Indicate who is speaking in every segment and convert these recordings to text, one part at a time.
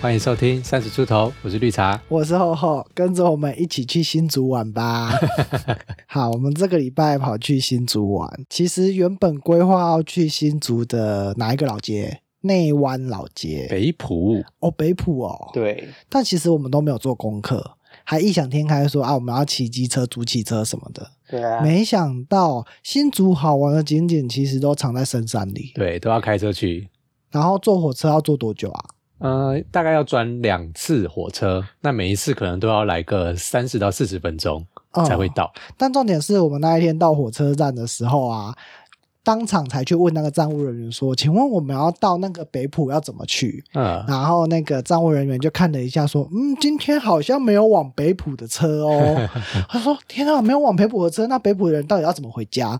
Speaker 1: 欢迎收听三十出头，我是绿茶。
Speaker 2: 我是厚厚，跟着我们一起去新竹 玩吧。好，我们这个礼拜跑去新竹玩。其实原本规划要去新竹的哪一个老街？内湾老街
Speaker 1: 北浦，
Speaker 2: 哦，北埔哦。。
Speaker 1: 对，
Speaker 2: 但其实我们都没有做功课，还异想天开说啊，我们要骑机车、租汽车什么的。
Speaker 1: 对啊
Speaker 2: 没想到新竹好玩的景点其实都藏在深山里。
Speaker 1: 对，都要开车去。
Speaker 2: 然后坐火车要坐多久啊？
Speaker 1: 呃，大概要转两次火车，那每一次可能都要来个三十到四十分钟
Speaker 2: 嗯
Speaker 1: 才会到。
Speaker 2: 但重点是我们那一天到火车站的时候啊，当场才去问那个站务人员说：“请问我们要到那个北浦要怎么去？”
Speaker 1: 嗯，
Speaker 2: 然后那个站务人员就看了一下，说：“嗯，今天好像没有往北浦的车哦。”他说：“天啊，没有往北浦的车，那北浦的人到底要怎么回家？”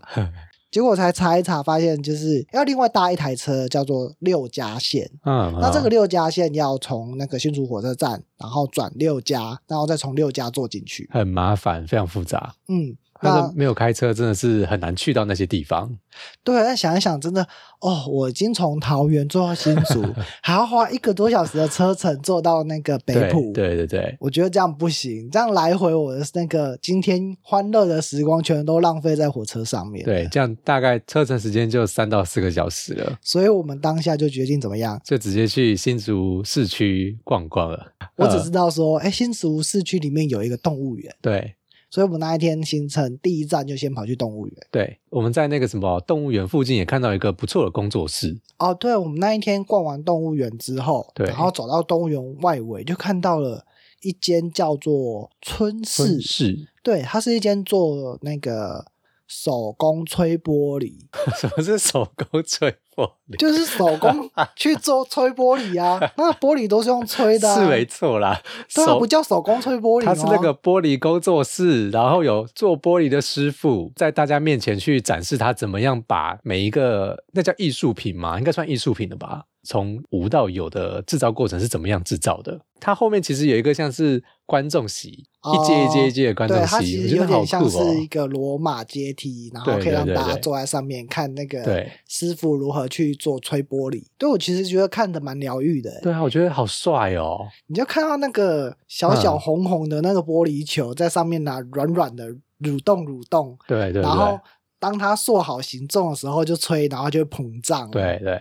Speaker 2: 结果才查一查，发现就是要另外搭一台车，叫做六家线。
Speaker 1: 嗯，
Speaker 2: 那这个
Speaker 1: 嗯
Speaker 2: 六家线要从那个新竹火车站，然后转六家，然后再从六家坐进去。
Speaker 1: 很麻烦，非常复杂。
Speaker 2: 嗯，
Speaker 1: 但
Speaker 2: 那
Speaker 1: 是没有开车真的是很难去到那些地方。
Speaker 2: 对，但想一想，真的哦，我已经从桃园坐到新 竹，还要花一个多小时的车程坐到那个北
Speaker 1: 对
Speaker 2: 浦。
Speaker 1: 对对对，
Speaker 2: 我觉得这样不行，这样来回我的那个今天欢乐的时光全都浪费在火车上面。
Speaker 1: 对，，这样大概车程时间就三到四个小时了，
Speaker 2: 所以我们当下就决定怎么样？
Speaker 1: 就直接去新竹市区逛逛了。
Speaker 2: 我只
Speaker 1: 呃
Speaker 2: 知道说，哎、新竹市区里面有一个动物园，
Speaker 1: 对
Speaker 2: 所以我们那一天行程第一站就先跑去动物园。
Speaker 1: 对，我们在那个什么动物园附近也看到一个不错的工作室，
Speaker 2: 哦，对，我们那一天逛完动物园之后，
Speaker 1: 对
Speaker 2: 然后走到动物园外围，就看到了一间叫做春
Speaker 1: 是
Speaker 2: 市，
Speaker 1: 是，
Speaker 2: 对，它是一间做那个手工吹玻璃，
Speaker 1: 什么是手工吹玻璃？
Speaker 2: 就是手 工去做吹玻璃啊，那玻璃都是用吹的、啊，
Speaker 1: 是没错啦，
Speaker 2: 对啊，
Speaker 1: 手
Speaker 2: 不叫手工吹玻璃哦
Speaker 1: 它
Speaker 2: 吗？
Speaker 1: 是那个玻璃工作室，然后有做玻璃的师傅在大家面前去展示他怎么样把每一个那叫艺术品嘛，应该算艺术品的吧，从无到有的制造过程是怎么样制造的。它后面其实有一个像是观众席，
Speaker 2: 哦
Speaker 1: 一阶一阶一阶的观众
Speaker 2: 对，它
Speaker 1: 席，
Speaker 2: 其
Speaker 1: 我
Speaker 2: 实
Speaker 1: 觉
Speaker 2: 有
Speaker 1: 得好
Speaker 2: 点像
Speaker 1: 酷哦。
Speaker 2: 是一个罗马阶梯，然后
Speaker 1: 对
Speaker 2: 可以让
Speaker 1: 对对
Speaker 2: 大家
Speaker 1: 对
Speaker 2: 坐在上面看那个
Speaker 1: 对
Speaker 2: 师傅如何去做吹玻璃。对我其实觉得看的蛮疗愈的欸，
Speaker 1: 对啊，我觉得好帅哦！
Speaker 2: 你就看到那个小小
Speaker 1: 嗯
Speaker 2: 红红的那个玻璃球在上面呢，软软的蠕动蠕动，
Speaker 1: 对对
Speaker 2: 然
Speaker 1: 对
Speaker 2: 后当它塑好形状的时候就吹，然后就会膨胀。。
Speaker 1: 对对，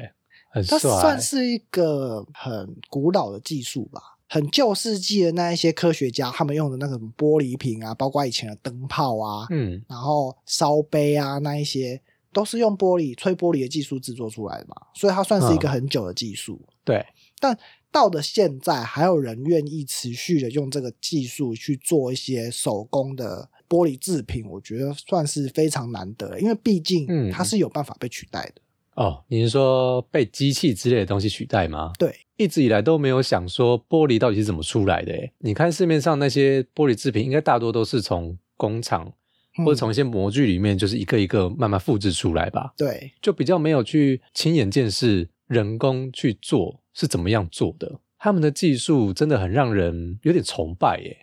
Speaker 1: 很
Speaker 2: 它
Speaker 1: 帅。
Speaker 2: 算是一个很古老的技术吧，很旧世纪的那一些科学家他们用的那种玻璃瓶啊，包括以前的灯泡啊，
Speaker 1: 嗯，
Speaker 2: 然后烧杯啊那一些，都是用玻璃吹玻璃的技术制作出来的嘛，所以它算是
Speaker 1: 嗯
Speaker 2: 一个很久的技术。
Speaker 1: 对，
Speaker 2: 但到了现在，还有人愿意持续的用这个技术去做一些手工的玻璃制品，我觉得算是非常难得了，因为毕
Speaker 1: 嗯
Speaker 2: 竟它是有办法被取代的。
Speaker 1: 哦，你是说被机器之类的东西取代吗？
Speaker 2: 对，
Speaker 1: 一直以来都没有想说玻璃到底是怎么出来的。诶你看市面上那些玻璃制品，应该大多都是从工厂
Speaker 2: 嗯
Speaker 1: 或者从一些模具里面，就是一个一个慢慢复制出来吧，
Speaker 2: 对，
Speaker 1: 就比较没有去亲眼见识人工去做是怎么样做的。他们的技术真的很让人有点崇拜耶。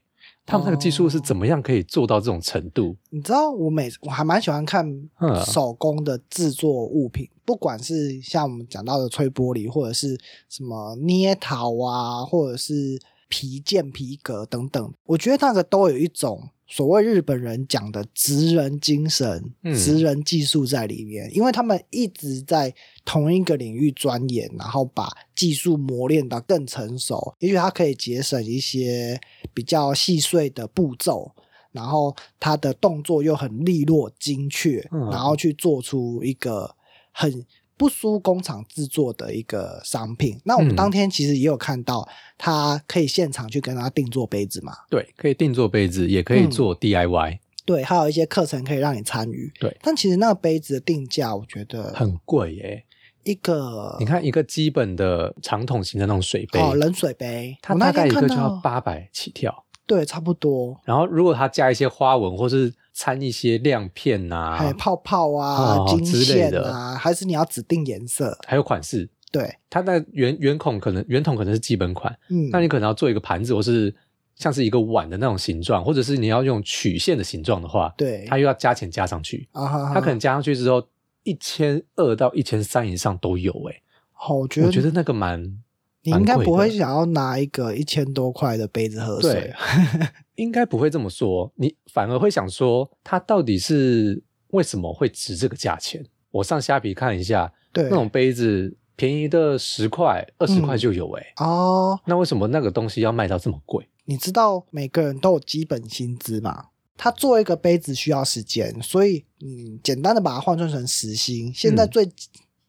Speaker 1: 他们那个技
Speaker 2: 哦
Speaker 1: 术是怎么样可以做到这种程度？
Speaker 2: 你知道我每我还蛮喜欢看
Speaker 1: 嗯
Speaker 2: 手工的制作物品，不管是像我们讲到的吹玻璃，或者是什么捏陶啊，或者是皮件、皮革等等，我觉得那个都有一种所谓日本人讲的职人精神、
Speaker 1: 嗯
Speaker 2: 职人技术在里面，因为他们一直在同一个领域钻研，然后把技术磨练到更成熟，也许它可以节省一些比较细碎的步骤，然后他的动作又很利落精确，
Speaker 1: 嗯
Speaker 2: 然后去做出一个很不输工厂制作的一个商品。那我们
Speaker 1: 嗯
Speaker 2: 当天其实也有看到，他可以现场去跟他定做杯子嘛，
Speaker 1: 对，可以定做杯子，也可以
Speaker 2: 嗯
Speaker 1: 做 DIY，、
Speaker 2: 对，还有一些课程可以让你参与。
Speaker 1: 对
Speaker 2: 但其实那个杯子的定价，我觉得
Speaker 1: 很贵耶。
Speaker 2: 一个
Speaker 1: 你看一个基本的长筒型的那种水杯，
Speaker 2: 哦冷水杯，
Speaker 1: 它
Speaker 2: 我那
Speaker 1: 大概
Speaker 2: 天
Speaker 1: 一个
Speaker 2: 看
Speaker 1: 就要
Speaker 2: 到
Speaker 1: 八百起跳。
Speaker 2: 对，差不多。
Speaker 1: 然后如果它加一些花纹或是掺一些亮片啊，
Speaker 2: 还有泡泡啊、
Speaker 1: 哦
Speaker 2: 金
Speaker 1: 之类
Speaker 2: 线
Speaker 1: 的
Speaker 2: 啊，还是你要指定颜色？
Speaker 1: 还有款式，
Speaker 2: 对，
Speaker 1: 它那圆圆孔可能圆筒可能是基本款，
Speaker 2: 嗯，
Speaker 1: 那你可能要做一个盘子或是像是一个碗的那种形状，或者是你要用曲线的形状的话，
Speaker 2: 对，
Speaker 1: 它又要加钱加上去，
Speaker 2: 啊哈哈，
Speaker 1: 它可能加上去之后一千二到一千三以上都有诶、
Speaker 2: 好，我觉
Speaker 1: 我
Speaker 2: 得
Speaker 1: 觉得那个蛮
Speaker 2: 你应
Speaker 1: 蛮
Speaker 2: 该
Speaker 1: 贵的
Speaker 2: 不会想要拿一个一千多块的杯子喝水啊
Speaker 1: 对，应该不会这么说，你反而会想说，它到底是为什么会值这个价钱？我上虾皮看一下，
Speaker 2: 对嗯
Speaker 1: 那种杯子便宜的十块、二十块就有哎、
Speaker 2: 哦。
Speaker 1: 那为什么那个东西要卖到这么贵？
Speaker 2: 你知道每个人都有基本薪资嘛？他做一个杯子需要时间，所以你简单的把它换算成时薪。现在
Speaker 1: 嗯
Speaker 2: 最、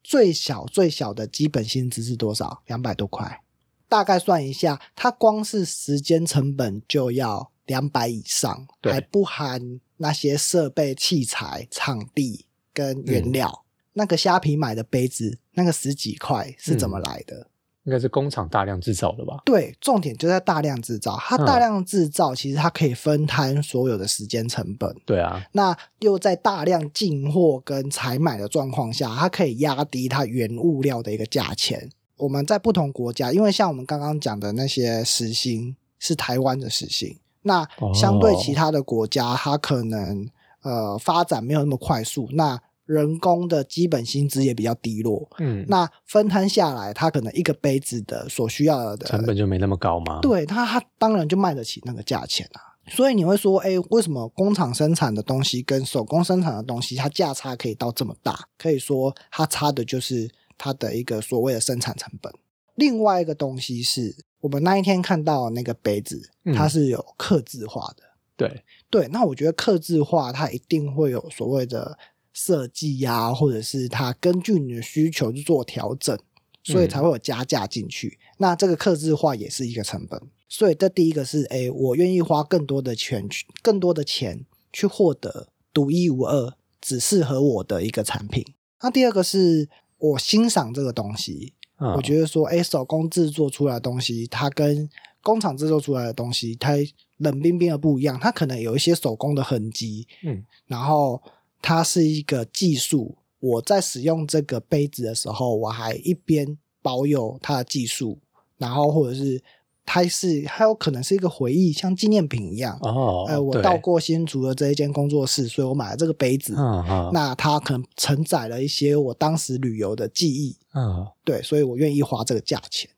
Speaker 2: 最小最小的基本薪资是多少？两百多块。大概算一下，它光是时间成本就要两百以上，
Speaker 1: 对
Speaker 2: 还不含那些设备、器材、场地跟
Speaker 1: 嗯
Speaker 2: 原料。那个虾皮买的杯子，那个十几块是怎么
Speaker 1: 嗯
Speaker 2: 来的？
Speaker 1: 应该是工厂大量制造的吧？
Speaker 2: 对，重点就在大量制造。它
Speaker 1: 嗯
Speaker 2: 大量制造，其实它可以分摊所有的时间成本。
Speaker 1: 对啊，
Speaker 2: 那又在大量进货跟采买的状况下，它可以压低它原物料的一个价钱。我们在不同国家，因为像我们刚刚讲的那些时薪是台湾的时薪，那相对
Speaker 1: 哦
Speaker 2: 其他的国家，它可能呃发展没有那么快速，那人工的基本薪资也比较低落。
Speaker 1: 嗯，
Speaker 2: 那分摊下来，它可能一个杯子的所需要的
Speaker 1: 成本就没那么高吗？，
Speaker 2: 对，他他当然就卖得起那个价钱啊。所以你会说，哎、为什么工厂生产的东西跟手工生产的东西，它价差可以到这么大？可以说，它差的就是它的一个所谓的生产成本。另外一个东西是我们那一天看到的那个杯子，
Speaker 1: 嗯
Speaker 2: 它是有刻字化的。
Speaker 1: 对，
Speaker 2: 对，那我觉得刻字化它一定会有所谓的设计呀、或者是它根据你的需求去做调整，所以才会有加价进去。那这个刻字化也是一个成本，所以这第一个是，诶，我愿意花更多的钱去，更多的钱去获得独一无二、只适合我的一个产品。那第二个是我欣赏这个东西，
Speaker 1: 嗯，
Speaker 2: 我觉得说，哎、手工制作出来的东西，它跟工厂制作出来的东西，它冷冰冰的不一样，它可能有一些手工的痕迹，
Speaker 1: 嗯，
Speaker 2: 然后它是一个技术。我在使用这个杯子的时候，我还一边保有它的技术，然后或者是它是它有可能是一个回忆，像纪念品一样。
Speaker 1: 哦，
Speaker 2: 呃，我
Speaker 1: 对
Speaker 2: 到，过新竹的这一间工作室，所以我买了这个杯子。
Speaker 1: 嗯嗯，
Speaker 2: 那它可能承载了一些我当时旅游的记忆，
Speaker 1: 嗯，
Speaker 2: 对，所以我愿意花这个价钱。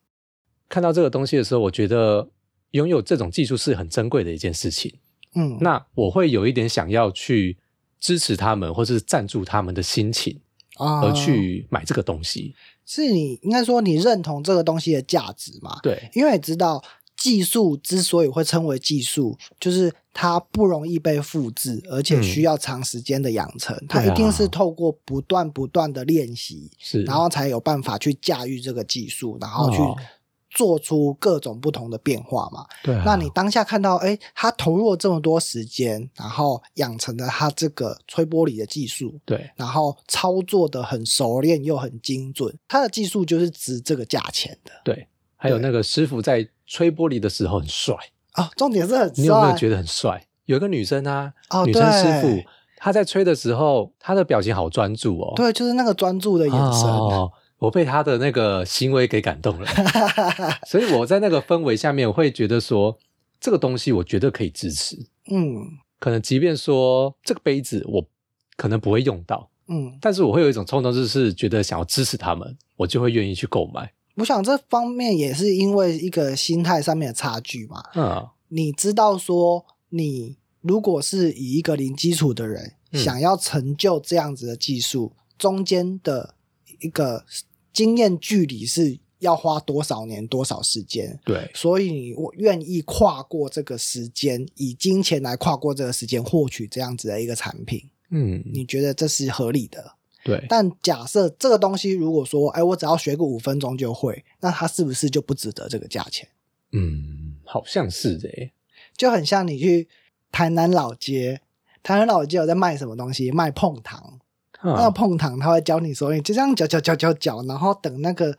Speaker 1: 看到这个东西的时候，我觉得拥有这种技术是很珍贵的一件事情。
Speaker 2: 嗯，
Speaker 1: 那我会有一点想要去支持他们，或是赞助他们的心情，
Speaker 2: 啊
Speaker 1: 而去买这个东西。
Speaker 2: 是你应该说你认同这个东西的价值嘛？
Speaker 1: 对，
Speaker 2: 因为你知道技术之所以会称为技术，就是它不容易被复制，而且
Speaker 1: 嗯
Speaker 2: 需要长时间的养成，它
Speaker 1: 对啊
Speaker 2: 一定是透过不断不断的练习，
Speaker 1: 是，
Speaker 2: 然后才有办法去驾驭这个技术，然后去
Speaker 1: 哦
Speaker 2: 做出各种不同的变化嘛。
Speaker 1: 对、啊，
Speaker 2: 那你当下看到，哎，他投入了这么多时间，然后养成了他这个吹玻璃的技术，
Speaker 1: 对
Speaker 2: 然后操作的很熟练又很精准，他的技术就是值这个价钱的
Speaker 1: 对，还有
Speaker 2: 对
Speaker 1: 那个师傅在吹玻璃的时候很帅，
Speaker 2: 哦。重点是很帅，
Speaker 1: 你有没有觉得很帅？有一个女生啊，
Speaker 2: 哦
Speaker 1: 女生师
Speaker 2: 对
Speaker 1: 傅，她在吹的时候，她的表情好专注哦，
Speaker 2: 对，就是那个专注的眼神，
Speaker 1: 哦，我被她的那个行为给感 动了，所以我在那个氛围下面，我会觉得说，这个东西我绝对可以支持。
Speaker 2: 嗯
Speaker 1: 可能即便说这个杯子我可能不会用到，
Speaker 2: 嗯，
Speaker 1: 但是我会有一种冲动，就是觉得想要支持他们，我就会愿意去购买。
Speaker 2: 我想这方面也是因为一个心态上面的差距嘛。
Speaker 1: 嗯，
Speaker 2: 你知道说，你如果是以一个零基础的人，
Speaker 1: 嗯
Speaker 2: 想要成就这样子的技术，中间的一个经验距离是要花多少年、多少时间？
Speaker 1: 对，
Speaker 2: 所以你愿意跨过这个时间，以金钱来跨过这个时间，获取这样子的一个产品，
Speaker 1: 嗯，
Speaker 2: 你觉得这是合理的？
Speaker 1: 对，
Speaker 2: 但假设这个东西如果说，哎，我只要学个五分钟就会，那它是不是就不值得这个价钱？
Speaker 1: 嗯，好像是的耶。
Speaker 2: 就很像你去台南老街，台南老街有在卖什么东西？卖碰糖。那个
Speaker 1: 嗯，
Speaker 2: 碰糖他会教你说，你就这样搅搅搅搅搅，然后等那个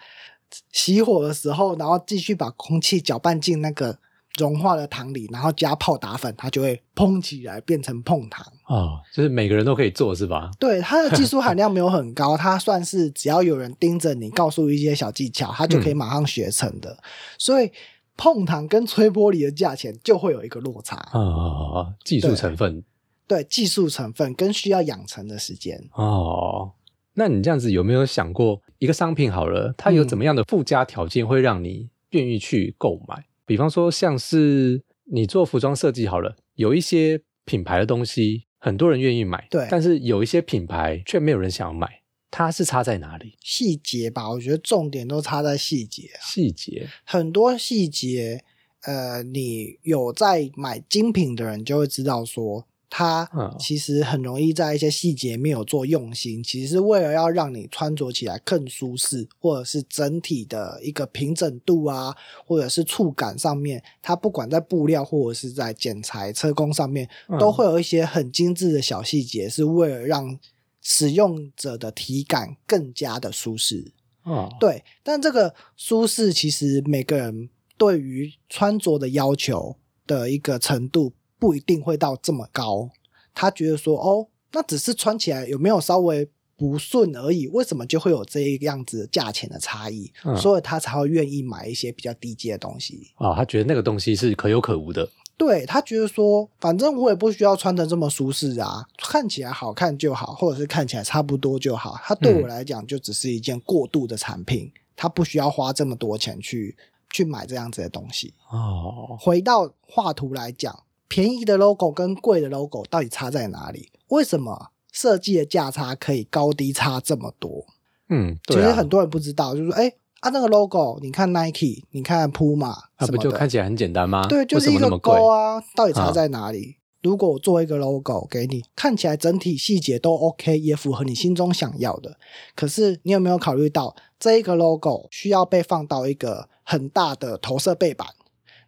Speaker 2: 熄火的时候，然后继续把空气搅拌进那个融化的糖里，然后加泡打粉，它就会蓬起来变成碰糖。
Speaker 1: 哦，就是每个人都可以做是吧？
Speaker 2: 对，它的技术含量没有很高，它算是只要有人盯着你，告诉一些小技巧，它就可以马上学成的。所以碰糖跟吹玻璃的价钱就会有一个落差。
Speaker 1: 哦，技术
Speaker 2: 对
Speaker 1: 成分
Speaker 2: 对技术成分跟需要养成的时间。
Speaker 1: 哦。那你这样子有没有想过，一个商品好了，它有
Speaker 2: 嗯
Speaker 1: 怎么样的附加条件会让你愿意去购买。比方说，像是你做服装设计好了，有一些品牌的东西，很多人愿意买，
Speaker 2: 对
Speaker 1: 但是有一些品牌却没有人想要买，它是差在哪里？
Speaker 2: 细节吧，我觉得重点都差在细节啊，
Speaker 1: 细节，
Speaker 2: 很多细节，呃，你有在买精品的人就会知道说。它
Speaker 1: 嗯
Speaker 2: 其实很容易在一些细节没有做用心，其实是为了要让你穿着起来更舒适，或者是整体的一个平整度啊，或者是触感上面，它不管在布料或者是在剪裁、车工上面，
Speaker 1: 嗯
Speaker 2: 都会有一些很精致的小细节，是为了让使用者的体感更加的舒适。
Speaker 1: 哦，
Speaker 2: 对，但这个舒适其实每个人对于穿着的要求的一个程度不一定会到这么高。他觉得说，哦，那只是穿起来有没有稍微不顺而已，为什么就会有这样子的价钱的差异？
Speaker 1: 嗯
Speaker 2: 所以他才会愿意买一些比较低阶的东西。
Speaker 1: 啊、他觉得那个东西是可有可无的，
Speaker 2: 对他觉得说，反正我也不需要穿的这么舒适啊，看起来好看就好，或者是看起来差不多就好。它对
Speaker 1: 嗯
Speaker 2: 我来讲就只是一件过渡的产品，它不需要花这么多钱去去买这样子的东西。
Speaker 1: 哦，
Speaker 2: 回到画图来讲，便宜的 logo 跟贵的 logo 到底差在哪里？为什么设计的价差可以高低差这么多？
Speaker 1: 嗯，
Speaker 2: 其
Speaker 1: 对
Speaker 2: 实
Speaker 1: 啊，
Speaker 2: 很多人不知道，就是说，哎啊那个 logo，你看 Nike，你看 Puma，
Speaker 1: 那
Speaker 2: 什
Speaker 1: 不
Speaker 2: 么
Speaker 1: 就
Speaker 2: 的
Speaker 1: 看起来很简单吗？
Speaker 2: 对，就
Speaker 1: 为
Speaker 2: 是
Speaker 1: 什么
Speaker 2: 一
Speaker 1: 那
Speaker 2: 个
Speaker 1: 么贵？
Speaker 2: 勾啊，到底差在哪里？如果我做一个 logo 给你，看起来整体细节都 OK，也符合你心中想要的，可是你有没有考虑到这一个 logo 需要被放到一个很大的投射背板？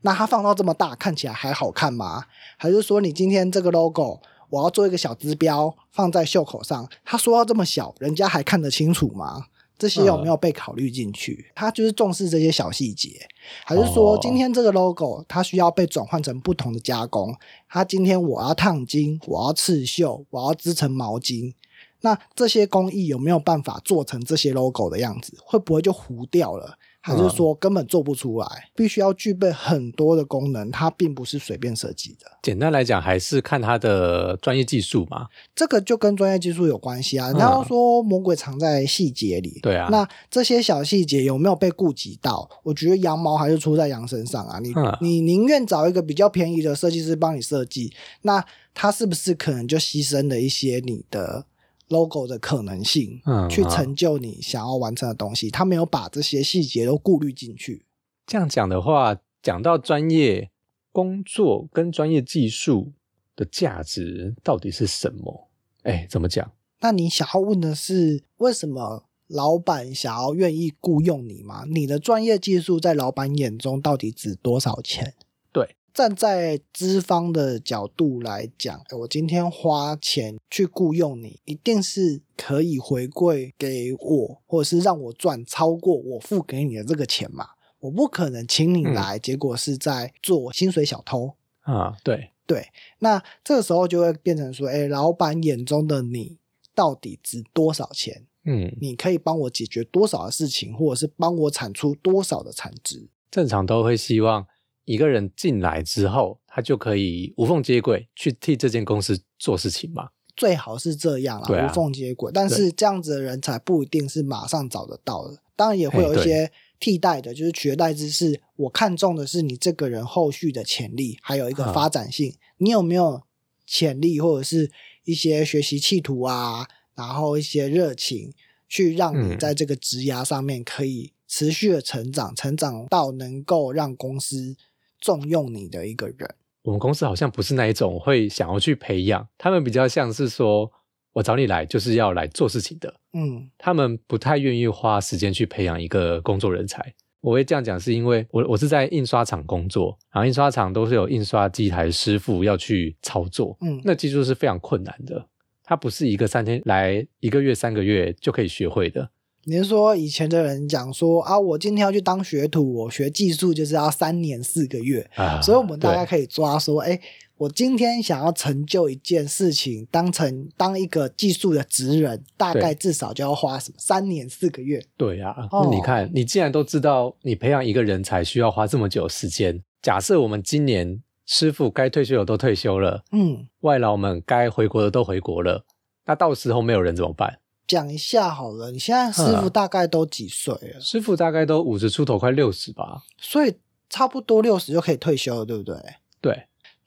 Speaker 2: 那它放到这么大，看起来还好看吗？还是说你今天这个 logo 我要做一个小支标放在袖口上，它说要这么小，人家还看得清楚吗？这些有
Speaker 1: 嗯
Speaker 2: 没有被考虑进去？它就是重视这些小细节，还是说
Speaker 1: 哦
Speaker 2: 今天这个 logo 它需要被转换成不同的加工？它今天我要烫金，我要刺绣，我要织成毛巾，那这些工艺有没有办法做成这些 logo 的样子？会不会就糊掉了？还
Speaker 1: 嗯
Speaker 2: 是说根本做不出来？必须要具备很多的功能，它并不是随便设计的。
Speaker 1: 简单来讲，还是看他的专业技术嘛。
Speaker 2: 这个就跟专业技术有关系啊。
Speaker 1: 嗯
Speaker 2: 然后说魔鬼藏在细节里，
Speaker 1: 对啊
Speaker 2: 那这些小细节有没有被顾及到？我觉得羊毛还是出在羊身上啊。你、
Speaker 1: 嗯
Speaker 2: 你宁愿找一个比较便宜的设计师帮你设计，那他是不是可能就牺牲了一些你的 logo 的可能性，
Speaker 1: 嗯
Speaker 2: 去
Speaker 1: 嗯
Speaker 2: 成就你想要完成的东西？他没有把这些细节都顾虑进去。
Speaker 1: 这样讲的话，讲到专业工作跟专业技术的价值到底是什么？哎，怎么讲？
Speaker 2: 那你想要问的是，为什么老板想要愿意雇佣你吗？你的专业技术在老板眼中到底值多少钱？
Speaker 1: 对，
Speaker 2: 站在资方的角度来讲，诶我今天花钱去雇佣你，一定是可以回馈给我，或者是让我赚超过我付给你的这个钱嘛？我不可能请你
Speaker 1: 嗯
Speaker 2: 来，结果是在做薪水小偷。
Speaker 1: 啊，对，
Speaker 2: 那这个时候就会变成说，哎，老板眼中的你到底值多少钱？
Speaker 1: 嗯，
Speaker 2: 你可以帮我解决多少的事情，或者是帮我产出多少的产值？
Speaker 1: 正常都会希望一个人进来之后，他就可以无缝接轨去替这间公司做事情嘛。
Speaker 2: 最好是这样啦，
Speaker 1: 对啊
Speaker 2: 无缝接轨。但是这样子的人才不一定是马上找得到的，当然也会有一
Speaker 1: 嘿对
Speaker 2: 些替代的，就是取代之是我看中的是你这个人后续的潜力，还有一个
Speaker 1: 啊
Speaker 2: 发展性，你有没有潜力，或者是一些学习企图啊，然后一些热情，去让你
Speaker 1: 嗯
Speaker 2: 在这个职涯上面可以持续的成长，成长到能够让公司重用你的一个人。
Speaker 1: 我们公司好像不是那一种会想要去培养，他们比较像是说，我找你来就是要来做事情的。
Speaker 2: 嗯，
Speaker 1: 他们不太愿意花时间去培养一个工作人才。我会这样讲，是因为我我是在印刷厂工作，然后印刷厂都是有印刷机台师傅要去操作，
Speaker 2: 嗯
Speaker 1: 那技术是非常困难的，它不是一个三天来一个月三个月就可以学会的。
Speaker 2: 你是说以前的人讲说啊，我今天要去当学徒，我学技术就是要三年四个月，
Speaker 1: 啊，
Speaker 2: 所以我们大概
Speaker 1: 对
Speaker 2: 可以抓说，哎，我今天想要成就一件事情，当成当一个技术的职人，大概至少就要花什么三年四个月。
Speaker 1: 对啊，
Speaker 2: 哦
Speaker 1: 那你看，你既然都知道你培养一个人才需要花这么久时间，假设我们今年师傅该退休的都退休了，
Speaker 2: 嗯，
Speaker 1: 外劳们该回国的都回国了，那到时候没有人怎么办？
Speaker 2: 讲一下好了，你现在师傅
Speaker 1: 嗯
Speaker 2: 大概都几岁了？
Speaker 1: 师傅大概都五十出头，快六十吧。
Speaker 2: 所以差不多六十就可以退休了，对不对？
Speaker 1: 对，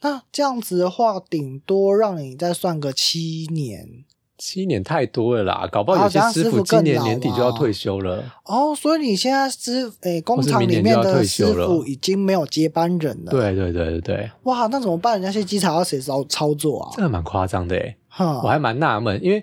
Speaker 2: 那这样子的话，顶多让你再算个七年
Speaker 1: 七年太多了啦，搞不好
Speaker 2: 啊
Speaker 1: 有些
Speaker 2: 等下
Speaker 1: 师
Speaker 2: 师
Speaker 1: 傅
Speaker 2: 傅
Speaker 1: 今
Speaker 2: 更
Speaker 1: 年
Speaker 2: 老
Speaker 1: 年底就要
Speaker 2: 啦
Speaker 1: 退休了。
Speaker 2: 哦。所以你现在师诶、工
Speaker 1: 是
Speaker 2: 厂
Speaker 1: 明
Speaker 2: 里
Speaker 1: 年
Speaker 2: 面
Speaker 1: 就要
Speaker 2: 的
Speaker 1: 退休
Speaker 2: 师
Speaker 1: 了
Speaker 2: 傅已经没有接班人了。，
Speaker 1: 对对对对对，
Speaker 2: 哇，那怎么办？人家些机场要谁操操作啊
Speaker 1: 这？个蛮夸张的诶，我
Speaker 2: 哈，
Speaker 1: 还蛮纳闷，因为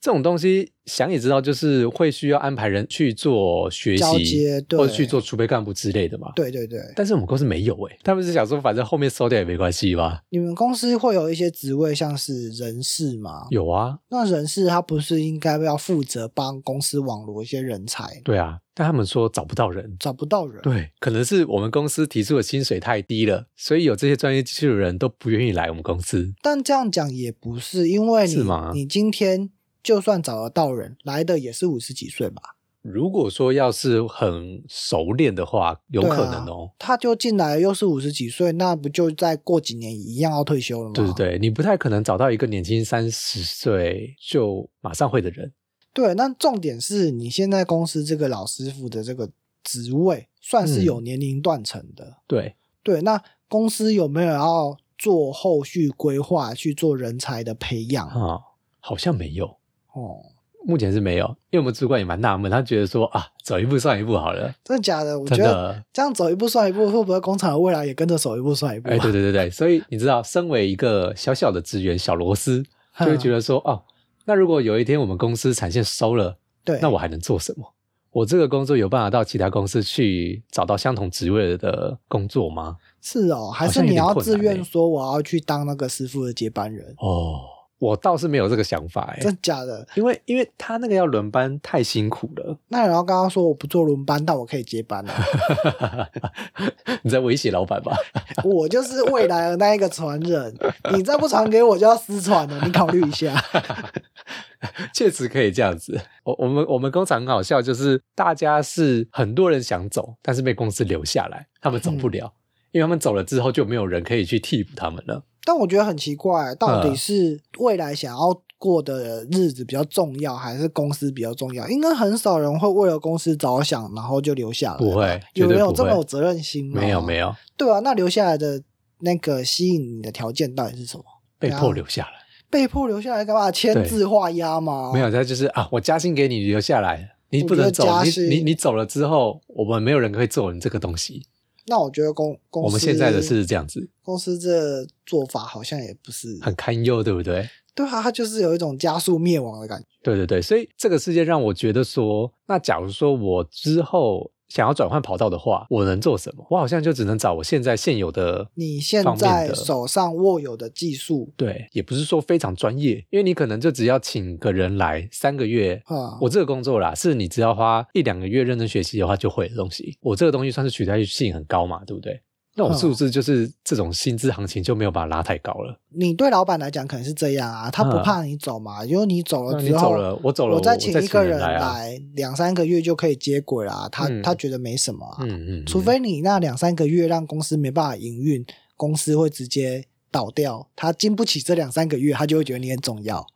Speaker 1: 这种东西想也知道，就是会需要安排人去做学
Speaker 2: 交
Speaker 1: 习，
Speaker 2: 接对，
Speaker 1: 或者去做储备干部之类的嘛。
Speaker 2: 对对对，
Speaker 1: 但是我们公司没有诶，他们是想说反正后面收掉也没关系吧？
Speaker 2: 你们公司会有一些职位，像是人事吗？
Speaker 1: 有啊，
Speaker 2: 那人事他不是应该要负责帮公司网罗一些人才，
Speaker 1: 对啊，但他们说找不到人。
Speaker 2: 找不到人。
Speaker 1: 对，可能是我们公司提出的薪水太低了，所以有这些专业技术的人都不愿意来我们公司。
Speaker 2: 但这样讲也不是，因为你
Speaker 1: 是吗
Speaker 2: 你今天就算找得到人，来的也是五十几岁吧？
Speaker 1: 如果说要是很熟练的话，有
Speaker 2: 对
Speaker 1: 可
Speaker 2: 啊
Speaker 1: 能哦。
Speaker 2: 他就进来又是五十几岁，那不就再过几年一样要退休了吗？
Speaker 1: 对对对，你不太可能找到一个年轻三十岁就马上会的人。
Speaker 2: 对那重点是你现在公司这个老师傅的这个职位，算是
Speaker 1: 嗯
Speaker 2: 有年龄断层的。
Speaker 1: 对，
Speaker 2: 对，那公司有没有要做后续规划去做人才的培养？
Speaker 1: 啊、好像没有，
Speaker 2: 哦，
Speaker 1: 目前是没有，因为我们主管也蛮纳闷，他觉得说啊，走一步算一步好了，
Speaker 2: 真的假的？我觉
Speaker 1: 真
Speaker 2: 得
Speaker 1: 的。
Speaker 2: 这样走一步算一步，会不会工厂的未来也跟着走一步算一步、
Speaker 1: 哎，对对对对，所以你知道，身为一个小小的职员小螺丝， 就会觉
Speaker 2: 得
Speaker 1: 得说，哦，那如果有一天我们公司产线收了，
Speaker 2: 对。
Speaker 1: 那我还能做什么？我这个工作有办法到其他公司去找到相同职位的工作吗？
Speaker 2: 是哦，还是
Speaker 1: 像有
Speaker 2: 你
Speaker 1: 点
Speaker 2: 要
Speaker 1: 困
Speaker 2: 自
Speaker 1: 难
Speaker 2: 愿
Speaker 1: 欸
Speaker 2: 说我要去当那个师傅的接班人？
Speaker 1: 哦，我倒是没有这个想法哎、
Speaker 2: 真的假的？
Speaker 1: 因为因为他那个要轮班太辛苦了，
Speaker 2: 那然后刚刚说我不做轮班，但我可以接班啊
Speaker 1: 你在威胁老板吧？
Speaker 2: 我就是未来的那一个传人， 你再不传给我就要失传了，你考虑一下。
Speaker 1: 确实可以这样子。我我们我们工厂很好笑，就是大家是很多人想走，但是被公司留下来，他们走不了，因为他们走了之后就没有人可以去替补他们了。
Speaker 2: 但我觉得很奇怪，到底
Speaker 1: 嗯
Speaker 2: 是未来想要过的日子比较重要，还是公司比较重要？应该很少人会为了公司着想，然后就留下来。
Speaker 1: 不，会，绝
Speaker 2: 有
Speaker 1: 对
Speaker 2: 人
Speaker 1: 不
Speaker 2: 有这么有
Speaker 1: 会，
Speaker 2: 责任心吗？
Speaker 1: 没有没
Speaker 2: 有。
Speaker 1: 有
Speaker 2: 对啊，那留下来的那个吸引你的条件到底是什么？
Speaker 1: 被
Speaker 2: 然后
Speaker 1: 迫留下来，
Speaker 2: 被迫留下来干嘛？签
Speaker 1: 对
Speaker 2: 字画押吗？
Speaker 1: 没有他就是啊，我加薪给你，你留下来，你不能走
Speaker 2: 哦我觉得，加
Speaker 1: 你
Speaker 2: 薪
Speaker 1: 你你走了之后，我们没有人可以做你这个东西。
Speaker 2: 那我觉得公公司
Speaker 1: 我们现在的是这样子，
Speaker 2: 公司这做法好像也不是
Speaker 1: 很堪忧，对不对？
Speaker 2: 对啊，它就是有一种加速灭亡的感觉。
Speaker 1: 对对对，所以这个事件让我觉得说，那假如说我之后想要转换跑道的话，我能做什么？我好像就只能找我现在现有的。
Speaker 2: 你现
Speaker 1: 方面
Speaker 2: 在
Speaker 1: 的
Speaker 2: 手上握有的技术
Speaker 1: 对，也不是说非常专业，因为你可能就只要请个人来三个月。
Speaker 2: 啊，
Speaker 1: 我这个工作啦，是你只要花一两个月认真学习的话就会的东西。我这个东西算是取代性很高嘛，对不对？那我
Speaker 2: 嗯
Speaker 1: 是不是就是这种薪资行情就没有把它拉太高了？
Speaker 2: 你对老板来讲可能是这样啊，他不
Speaker 1: 嗯
Speaker 2: 怕你走嘛，因为你走
Speaker 1: 那
Speaker 2: 了
Speaker 1: 你
Speaker 2: 哦之后，
Speaker 1: 走了，我走了，我
Speaker 2: 再请一个人
Speaker 1: 来啊。
Speaker 2: 来，两三个月就可以接轨啦，他、
Speaker 1: 嗯
Speaker 2: 他觉得没什么啊，
Speaker 1: 嗯嗯，嗯
Speaker 2: 除非你那两三个月让公司没办法营运，公司会直接倒掉，他经不起这两三个月，他就会觉得你很重要。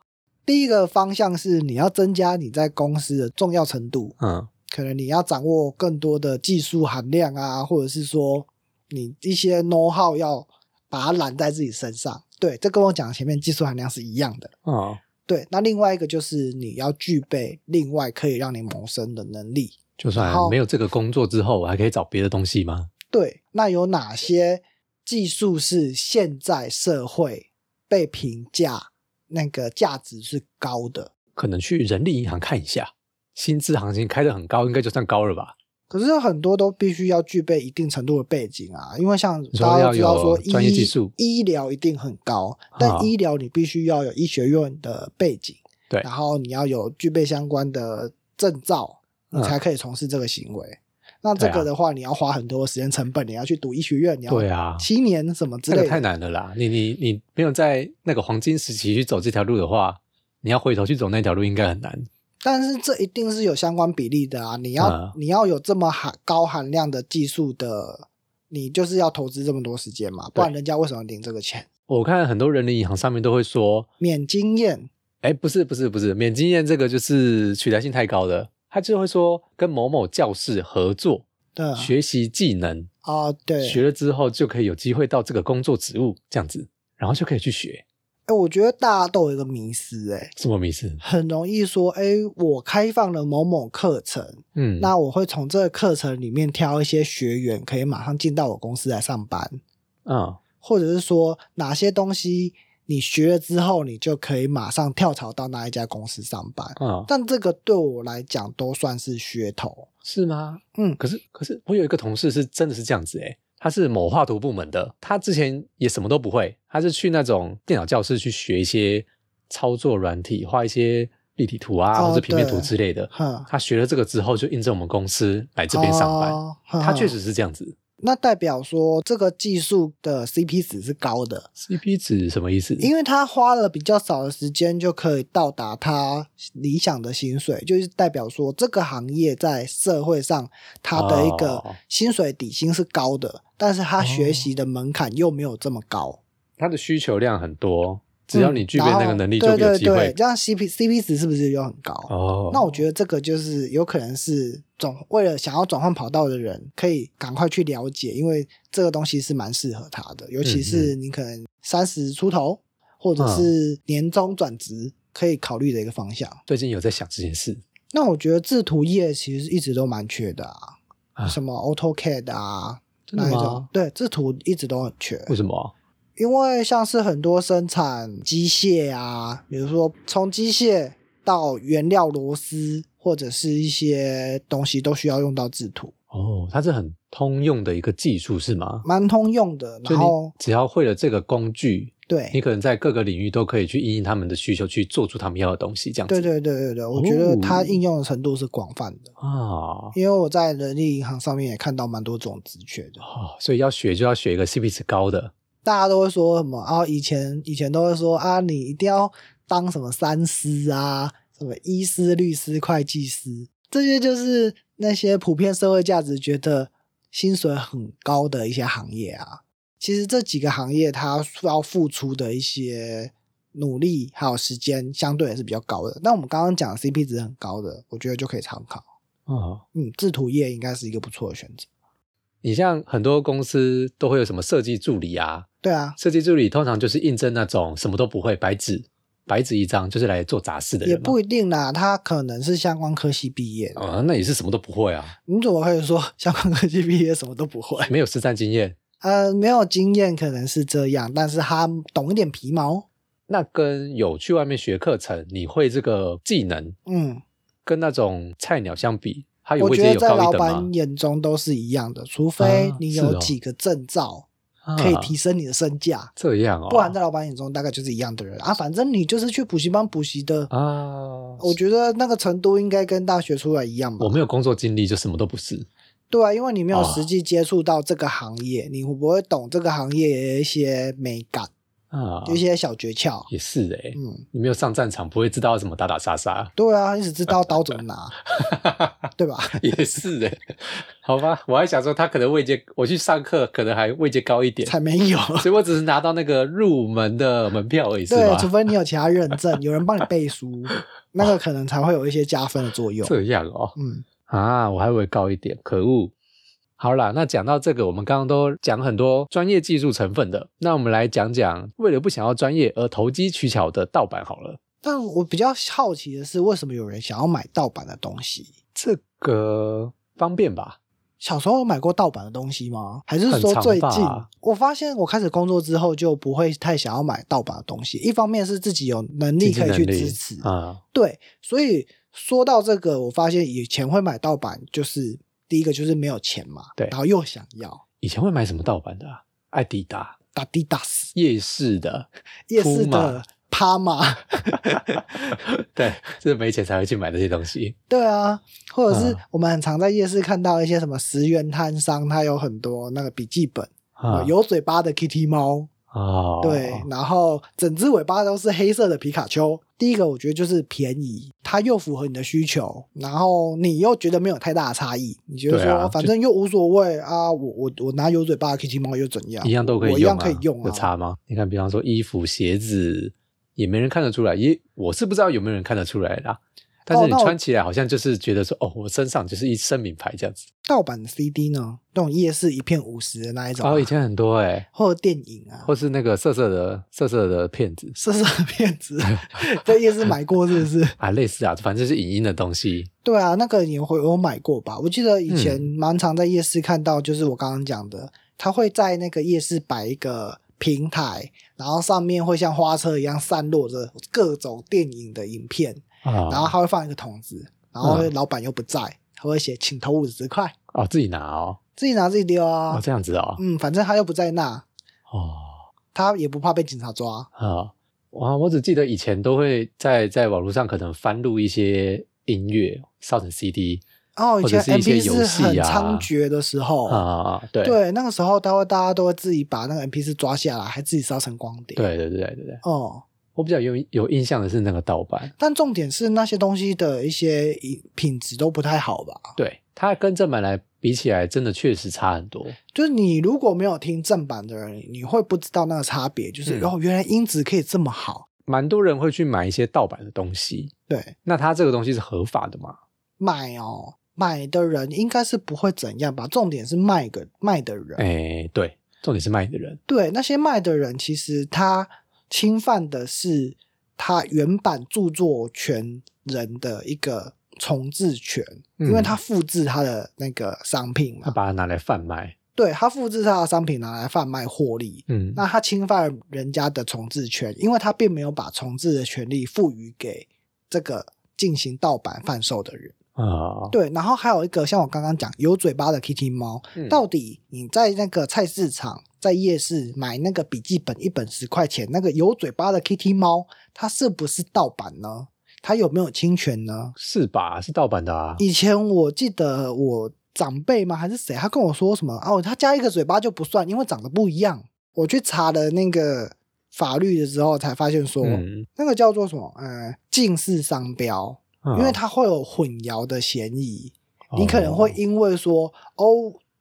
Speaker 2: 第一个方向是你要增加你在公司的重要程度，
Speaker 1: 嗯，
Speaker 2: 可能你要掌握更多的技术含量啊，或者是说你一些 know how 要把它揽在自己身上。对，这跟我讲的前面技术含量是一样的。
Speaker 1: 哦，
Speaker 2: 对，那另外一个就是你要具备另外可以让你谋生的能力。
Speaker 1: 就
Speaker 2: 然
Speaker 1: 算
Speaker 2: 后
Speaker 1: 没有这个工作之后，我还可以找别的东西吗？
Speaker 2: 对，那有哪些技术是现在社会被评价那个价值是高的？
Speaker 1: 可能去人力银行看一下，薪资行情开得很高，应该就算高了吧？
Speaker 2: 可是有很多都必须要具备一定程度的背景啊，因为像
Speaker 1: 说
Speaker 2: 大家
Speaker 1: 要
Speaker 2: 都知道
Speaker 1: 有
Speaker 2: 说医
Speaker 1: 专业技术
Speaker 2: 医疗一定很高，但
Speaker 1: 啊
Speaker 2: 医疗你必须要有医学院的背景，
Speaker 1: 对
Speaker 2: 然后你要有具备相关的证照，你
Speaker 1: 嗯
Speaker 2: 才可以从事这个行为。那这
Speaker 1: 对
Speaker 2: 个
Speaker 1: 啊
Speaker 2: 的话，你要花很多的时间成本，你要去读医学院，你要
Speaker 1: 对啊
Speaker 2: 七年什么之
Speaker 1: 这
Speaker 2: 类
Speaker 1: 个
Speaker 2: 的，
Speaker 1: 太难了啦！你你你没有在那个黄金时期去走这条路的话，你要回头去走那条路应该很难。
Speaker 2: 但是这一定是有相关比例的啊！你要、
Speaker 1: 嗯
Speaker 2: 你要有这么含高含量的技术的，你就是要投资这么多时间嘛，不然人家为什么领这个钱？
Speaker 1: 我看很多人力银行上面都会说，
Speaker 2: 免经验
Speaker 1: 哎，不是不是不是，免经验这个就是取代性太高了。他就会说跟某某教室合作，
Speaker 2: 对啊
Speaker 1: 学习技能，
Speaker 2: 啊，对，
Speaker 1: 学了之后就可以有机会到这个工作职务这样子，然后就可以去学。
Speaker 2: 哎，我觉得大家都有一个迷思，哎，
Speaker 1: 什么迷思？
Speaker 2: 很容易说，哎，我开放了某某课程，
Speaker 1: 嗯，
Speaker 2: 那我会从这个课程里面挑一些学员，可以马上进到我公司来上班，
Speaker 1: 嗯
Speaker 2: 或者是说哪些东西你学了之后，你就可以马上跳槽到那一家公司上班。
Speaker 1: 嗯，
Speaker 2: 但这个对我来讲都算是噱头。
Speaker 1: 是吗？
Speaker 2: 嗯
Speaker 1: 可是可是我有一个同事是真的是这样子诶、哎他是某画图部门的，他之前也什么都不会，他是去那种电脑教室去学一些操作软体，画一些立体图啊，
Speaker 2: 哦
Speaker 1: 或者平面图
Speaker 2: 对
Speaker 1: 之类的。
Speaker 2: 哼，
Speaker 1: 他学了这个之后，就应征我们公司来这边上班。
Speaker 2: 哦
Speaker 1: 他确，实是这样子。
Speaker 2: 哼那代表说这个技术的 CP 值是高的，
Speaker 1: CP 值什么意思？
Speaker 2: 因为他花了比较少的时间就可以到达他理想的薪水，就是代表说这个行业在社会上它的一个
Speaker 1: 哦
Speaker 2: 薪水底薪是高的，但是他学习的门槛又没有这么高。
Speaker 1: 他的需求量很多，只要你具备那个能力，
Speaker 2: 嗯
Speaker 1: 就
Speaker 2: 然后
Speaker 1: 有机
Speaker 2: 对对
Speaker 1: 会
Speaker 2: 对，。这样 CP CP 值是不是就很高？
Speaker 1: 哦，
Speaker 2: 那我觉得这个就是有可能是转为了想要转换跑道的人，可以赶快去了解，因为这个东西是蛮适合他的，尤
Speaker 1: 嗯
Speaker 2: 其是你可能三十出头，或者是年终转职，可以考虑的一个方向。
Speaker 1: 最近有在想这件事。
Speaker 2: 那我觉得制图业其实一直都蛮缺的啊，
Speaker 1: 啊
Speaker 2: 什么 AutoCAD 啊。
Speaker 1: 真的
Speaker 2: 那一种
Speaker 1: 吗
Speaker 2: 对制图一直都很缺，
Speaker 1: 为什么？啊
Speaker 2: 因为像是很多生产机械啊，比如说从机械到原料螺丝，或者是一些东西都需要用到制图，
Speaker 1: 哦，它是很通用的一个技术是吗？
Speaker 2: 蛮通用的。
Speaker 1: 就
Speaker 2: 然
Speaker 1: 你
Speaker 2: 后
Speaker 1: 只要会了这个工具，你
Speaker 2: 对，
Speaker 1: 可能在各个领域都可以去因应他们的需求，去做出他们要的东西，这样子。
Speaker 2: 对对对对对，
Speaker 1: 哦
Speaker 2: 我觉得它应用的程度是广泛的，
Speaker 1: 啊、
Speaker 2: 因为我在人力银行上面也看到蛮多这种职缺的，
Speaker 1: 哦，所以要学就要学一个 CP 值高的。
Speaker 2: 大家都会说什么啊，以前以前都会说啊，你一定要当什么三师啊，什么医师、律师、会计师，这些就是那些普遍社会价值觉得薪水很高的一些行业啊。其实这几个行业它要付出的一些努力还有时间，相对也是比较高的。那我们刚刚讲 CP 值很高的，我觉得就可以参考。
Speaker 1: 哦，
Speaker 2: 嗯，制图业应该是一个不错的选择。
Speaker 1: 你像很多公司都会有什么设计助理啊，
Speaker 2: 对啊，
Speaker 1: 设计助理通常就是应征那种什么都不会，白纸白纸一张，就是来做杂事的人
Speaker 2: 也
Speaker 1: 嘛。
Speaker 2: 不一定啦，他可能是相关科系毕业的。
Speaker 1: 啊、那也是什么都不会啊，
Speaker 2: 你怎么可以说 相关科技毕业什么都不会？
Speaker 1: 没有实战经验。
Speaker 2: 呃，没有经验可能是这样，但是他懂一点皮毛。
Speaker 1: 那跟有去外面学课程，你会这个技能，
Speaker 2: 嗯，
Speaker 1: 跟那种菜鸟相比，它有
Speaker 2: 我
Speaker 1: 位置
Speaker 2: 觉
Speaker 1: 有
Speaker 2: 得在
Speaker 1: 高
Speaker 2: 老
Speaker 1: 一等吗
Speaker 2: 板？眼中都是一样的，除非
Speaker 1: 啊
Speaker 2: 你
Speaker 1: 是
Speaker 2: 有
Speaker 1: 哦
Speaker 2: 几个证照、
Speaker 1: 啊
Speaker 2: 可以提升你的身价，
Speaker 1: 这样哦，
Speaker 2: 不然在老板眼中大概就是一样的人啊。反正你就是去补习班补习的，
Speaker 1: 啊，
Speaker 2: 我觉得那个程度应该跟大学出来一样吧
Speaker 1: 我。没有工作经历，就什么都不是。
Speaker 2: 对啊，因为你没有
Speaker 1: 啊
Speaker 2: 实际接触到这个行业，你会不会懂这个行业的一些美感、
Speaker 1: 啊，
Speaker 2: 一些小诀窍？
Speaker 1: 也是诶、
Speaker 2: 嗯，，
Speaker 1: 你没有上战场，不会知道怎么打打杀杀
Speaker 2: 对啊，你只知道刀怎么 拿，对吧？
Speaker 1: 也是诶、好吧，我还想说他可能位阶，我去上课可能还位阶高一点，
Speaker 2: 才没有。
Speaker 1: 所以我只是拿到那个入门的门票而已，是
Speaker 2: 对，
Speaker 1: 吧
Speaker 2: 除？非你有其他认证，有人帮你背 书，那个可能才会有一些加分的作用。
Speaker 1: 这样哦，
Speaker 2: 嗯，
Speaker 1: 啊，我还以为高一点，可恶。好啦，那讲到这个，我们刚刚都讲很多专业技术成分的，那我们来讲讲为了不想要专业而投机取巧的盗版好了。
Speaker 2: 但我比较好奇的是，为什么有人想要买盗版的东西？
Speaker 1: 这个方便吧？
Speaker 2: 小时候有买过盗版的东西吗？还是
Speaker 1: 很
Speaker 2: 说
Speaker 1: 常
Speaker 2: 最
Speaker 1: 吧
Speaker 2: 近我发现我开始工作之后就不会太想要买盗版的东西？一方面是自己有能力
Speaker 1: 经济
Speaker 2: 可以
Speaker 1: 能
Speaker 2: 去
Speaker 1: 力
Speaker 2: 支持，
Speaker 1: 啊，
Speaker 2: 对，所以说到这个，我发现以前会买盗版，就是第一个就是没有钱嘛，
Speaker 1: 对
Speaker 2: 然后又想要
Speaker 1: 以前会买什么盗版的、啊？艾迪达、
Speaker 2: 打滴打死
Speaker 1: 夜市的，
Speaker 2: 夜市
Speaker 1: 铺嘛
Speaker 2: 的趴嘛，
Speaker 1: 对，就是没钱才会去买这些东西。
Speaker 2: 对啊，或者是
Speaker 1: 嗯
Speaker 2: 我们很常在夜市看到一些什么十元摊商，它有很多那个笔记本，
Speaker 1: 啊，
Speaker 2: 有嘴巴的 Kitty 猫，
Speaker 1: 哦，
Speaker 2: 对，然后整只尾巴都是黑色的皮卡丘。第一个我觉得就是便宜，它又符合你的需求，然后你又觉得没有太大的差异，你觉得
Speaker 1: 对
Speaker 2: 说、
Speaker 1: 啊
Speaker 2: 反正又无所谓啊，我我我拿有嘴巴的 Kitty 猫又怎样？
Speaker 1: 一样都可以
Speaker 2: 我
Speaker 1: 用、啊，
Speaker 2: 一样可以用
Speaker 1: 有
Speaker 2: 啊。
Speaker 1: 差吗？你看，比方说衣服、鞋子、也没人看得出来，也我是不知道有没有人看得出来啦。但是你
Speaker 2: 那我
Speaker 1: 穿起来好像就是觉得说，哦，我身上就是一身名牌这样子。
Speaker 2: 盗版的 CD 呢，那种夜市一片五十的那一种、啊，
Speaker 1: 哦，以前很多哎、
Speaker 2: 或者电影啊，
Speaker 1: 或是那个色色的色色的骗子
Speaker 2: 色色的骗子 在夜市买过是不是？
Speaker 1: 啊，类似啊，反正就是影音的东西。
Speaker 2: 对啊，那个也会有买过吧？我记得以前
Speaker 1: 嗯
Speaker 2: 蛮常在夜市看到，就是我刚刚讲的，他会在那个夜市摆一个平台，然后上面会像花车一样散落着各种电影的影片，
Speaker 1: 啊，
Speaker 2: 然后他会放一个桶子，然后
Speaker 1: 嗯
Speaker 2: 老板又不在，他会写请投五十块，
Speaker 1: 哦，自己拿哦，
Speaker 2: 自己拿自己丢啊
Speaker 1: 哦，。这样子哦，
Speaker 2: 嗯，反正他又不在那，
Speaker 1: 哦，
Speaker 2: 他也不怕被警察抓。
Speaker 1: 啊，哇，我只记得以前都会在在网络上可能翻录一些音乐，烧成 CD
Speaker 2: 哦，以
Speaker 1: 或者
Speaker 2: 前
Speaker 1: 是一些
Speaker 2: M P
Speaker 1: 游
Speaker 2: 四
Speaker 1: 戏
Speaker 2: 很
Speaker 1: 啊
Speaker 2: 猖獗的时候，
Speaker 1: 啊啊，啊对
Speaker 2: 对，那个时候他会大家都会自己把那个 M P 四抓下来，还自己烧成光碟。，
Speaker 1: 对对对对对，
Speaker 2: 哦、
Speaker 1: 我比较有有印象的是那个盗版，
Speaker 2: 但重点是那些东西的一些饮品质都不太好吧？
Speaker 1: 对它跟正版来比起来，真的确实差很多。
Speaker 2: 就是你如果没有听正版的人，你会不知道那个差别，就是、
Speaker 1: 嗯
Speaker 2: 哦，原来音质可以这么好。
Speaker 1: 蛮多人会去买一些盗版的东西，
Speaker 2: 对，
Speaker 1: 那它这个东西是合法的嘛？
Speaker 2: 买哦，买的人应该是不会怎样吧？重点是卖个卖的人，
Speaker 1: 哎，对，重点是卖的人，
Speaker 2: 对那些卖的人，其实他侵犯的是他原版著作权人的一个重置权，因为
Speaker 1: 嗯
Speaker 2: 他复制他的那个商品
Speaker 1: 他
Speaker 2: 嘛，
Speaker 1: 把它拿来贩卖，
Speaker 2: 对他复制他的商品拿来贩卖获利，
Speaker 1: 嗯，
Speaker 2: 那他侵犯了人家的重置权，因为他并没有把重置的权利赋予给这个进行盗版贩售的人。
Speaker 1: 啊，
Speaker 2: 对，然后还有一个像我刚刚讲有嘴巴的 Kitty 猫，
Speaker 1: 嗯
Speaker 2: 到底你在那个菜市场、在夜市买那个笔记本一本十块钱，那个有嘴巴的 Kitty 猫，它是不是盗版呢？它有没有侵权呢？
Speaker 1: 是吧？是盗版的啊，
Speaker 2: 以前我记得我长辈吗还是谁，他跟我说什么哦，他加一个嘴巴就不算，因为长得不一样。我去查了那个法律的时候，才发现说、
Speaker 1: 嗯，
Speaker 2: 那个叫做什么呃近似商标，因为
Speaker 1: 嗯
Speaker 2: 它会有混淆的嫌疑。你可能会
Speaker 1: 哦
Speaker 2: 因为说哦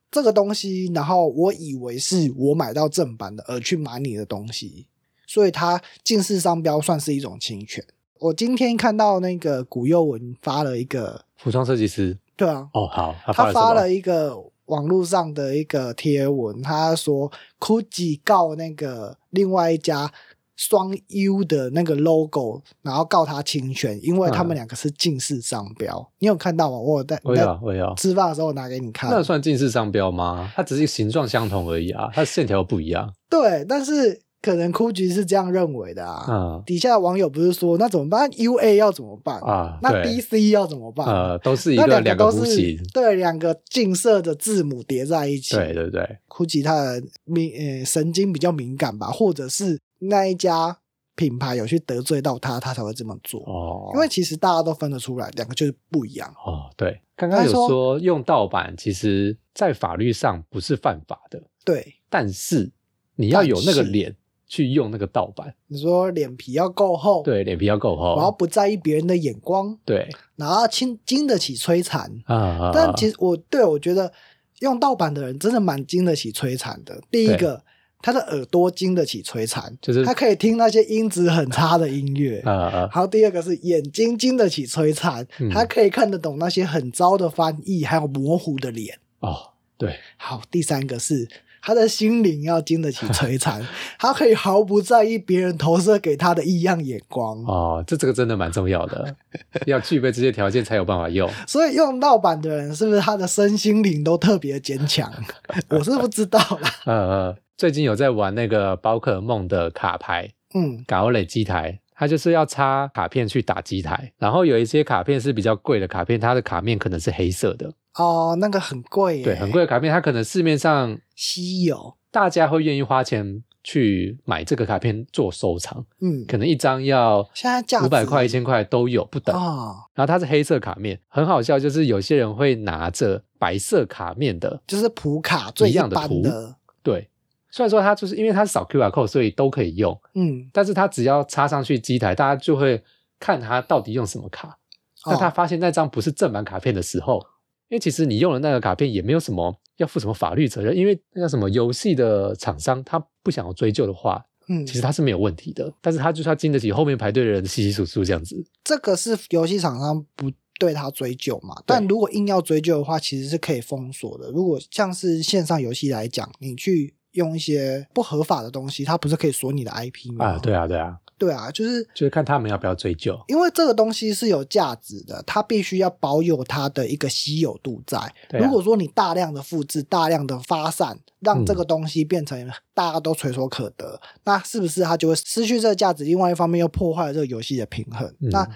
Speaker 2: 这个东西，然后我以为是我买到正版的，而去买你的东西，所以它近似商标算是一种侵权。我今天看到那个古佑文发了一个，
Speaker 1: 服装设计师
Speaker 2: 对啊，
Speaker 1: 哦，好，
Speaker 2: 他
Speaker 1: 他
Speaker 2: 发
Speaker 1: 发
Speaker 2: 了
Speaker 1: 了
Speaker 2: 一个网络上的一个贴文，他说 Gucci 告那个另外一家双 U 的那个 logo，然后告他侵权，因为他们
Speaker 1: 嗯
Speaker 2: 两个是近似商标。你有看到吗？我有在
Speaker 1: 什么，我
Speaker 2: 在
Speaker 1: 有我有，
Speaker 2: 吃饭的时候拿给你看。
Speaker 1: 那算近似商标吗？它只是形状相同而已啊，它线条不一样
Speaker 2: 对，但是可能 Gucci 是这样认为的啊。
Speaker 1: 啊
Speaker 2: 底下的网友不是说那怎么办？U A 要怎么办？
Speaker 1: 啊，
Speaker 2: 那
Speaker 1: 对
Speaker 2: B C 要怎么办？
Speaker 1: 呃，都是一
Speaker 2: 那
Speaker 1: 个
Speaker 2: 两
Speaker 1: 个
Speaker 2: 都
Speaker 1: 弧
Speaker 2: 是
Speaker 1: 形，
Speaker 2: 对两个近色的字母叠在一起。
Speaker 1: 对对对，
Speaker 2: ，Gucci 它的敏呃神经比较敏感吧，或者是那一家品牌有去得罪到他，他才会这么做。
Speaker 1: 哦，
Speaker 2: 因为其实大家都分得出来，两个就是不一样。
Speaker 1: 哦，对，刚刚有
Speaker 2: 他
Speaker 1: 说用盗版，其实在法律上不是犯法的，
Speaker 2: 对，
Speaker 1: 但是你要有那个
Speaker 2: 但是
Speaker 1: 脸去用那个盗版，
Speaker 2: 你说脸皮要够厚，，
Speaker 1: 对，哦脸皮要够
Speaker 2: 然后
Speaker 1: 厚，
Speaker 2: 不在意别人的眼光，
Speaker 1: 对
Speaker 2: 然后经经得起摧残。
Speaker 1: 啊啊，
Speaker 2: 但其
Speaker 1: 实
Speaker 2: 实我对我觉得用盗版的人真的蛮经得起摧残的。第一个，他的耳朵经得起摧残，
Speaker 1: 就是
Speaker 2: 他可以听那些音质很差的音乐。
Speaker 1: 啊啊，
Speaker 2: 还有第二个是眼睛经得起摧残，
Speaker 1: 嗯
Speaker 2: 他可以看得懂那些很糟的翻译，还有模糊的脸。
Speaker 1: 哦，对，
Speaker 2: 好，第三个是他的心灵要经得起摧 残，他可以毫不在意别人投射给他的异样眼光。
Speaker 1: 哦，这这个真的蛮重要的， 要具备这些条件才有办法用。
Speaker 2: 所以用盗版的人是不是他的身心灵都特别 坚强？我是不知道啦。
Speaker 1: 呃呃，最近有在玩那个宝可梦的卡牌，
Speaker 2: 嗯，
Speaker 1: 卡欧蕾机台，它就是要插卡片去打机台，然后有一些卡片是比较贵的卡片，它的卡面可能是黑色的，
Speaker 2: 哦，那个很贵耶，
Speaker 1: 对，很，贵的卡片，它可能市面上
Speaker 2: 稀有。
Speaker 1: 大家会愿意花钱去买这个卡片做收藏，
Speaker 2: 嗯，
Speaker 1: 可能一张要
Speaker 2: 现在价值
Speaker 1: 五百块、一千块都有不等。
Speaker 2: 哦，
Speaker 1: 然后它是黑色卡面，很好笑，就是有些人会拿着白色卡面的，
Speaker 2: 就是普卡最
Speaker 1: 一样的
Speaker 2: 般
Speaker 1: 图
Speaker 2: 的，
Speaker 1: 对。虽然说它就是因为它是扫 QR code，所以都可以用，
Speaker 2: 嗯，
Speaker 1: 但是它只要插上去机台，大家就会看它到底用什么卡。那他
Speaker 2: 哦
Speaker 1: 发现那张不是正版卡片的时候，因为其实你用了那个卡片也没有什么要负什么法律责任，因为那叫什么游戏的厂商他不想要追究的话，
Speaker 2: 嗯
Speaker 1: 其实它是没有问题的，但是它就是要经得起后面排队的人稀稀疏疏这样子。
Speaker 2: 这个是游戏厂商不对他追究嘛？但如果硬要追究的话，其实是可以封锁的。如果像是线上游戏来讲，你去用一些不合法的东西，它不是可以锁你的 IP 吗？
Speaker 1: 啊，对啊，对啊，
Speaker 2: 对啊，就是
Speaker 1: 就是看他们要不要追究。
Speaker 2: 因为这个东西是有价值的，它必须要保有它的一个稀有度在。
Speaker 1: 对啊
Speaker 2: 如果说你大量的复制、大量的发散，让这个
Speaker 1: 嗯
Speaker 2: 东西变成大家都垂手可得，那是不是它就会失去这个价值？另外一方面又破坏了这个游戏的平衡。
Speaker 1: 嗯
Speaker 2: 那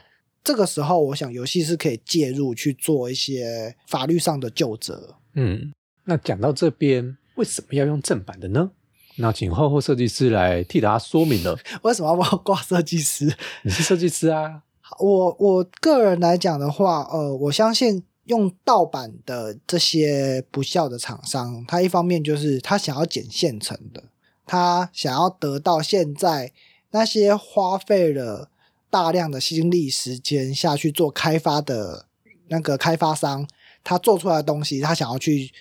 Speaker 2: 这个时候，我想游戏是可以介入去做一些法律上的救责。
Speaker 1: 嗯，那讲到这边，为什么要用正版的呢？那请厚厚设计师来替大家说明 了。
Speaker 2: 为什么要帮我挂设计师？
Speaker 1: 你是设计师啊，
Speaker 2: 我我个人来讲的话，呃，我相信用盗版的这些不孝的厂商，他一方面就是他想要捡现成的，他想要得到现在那些花费了大量的心力时间下去做开发的那个开发商，他做出来的东西，他想要去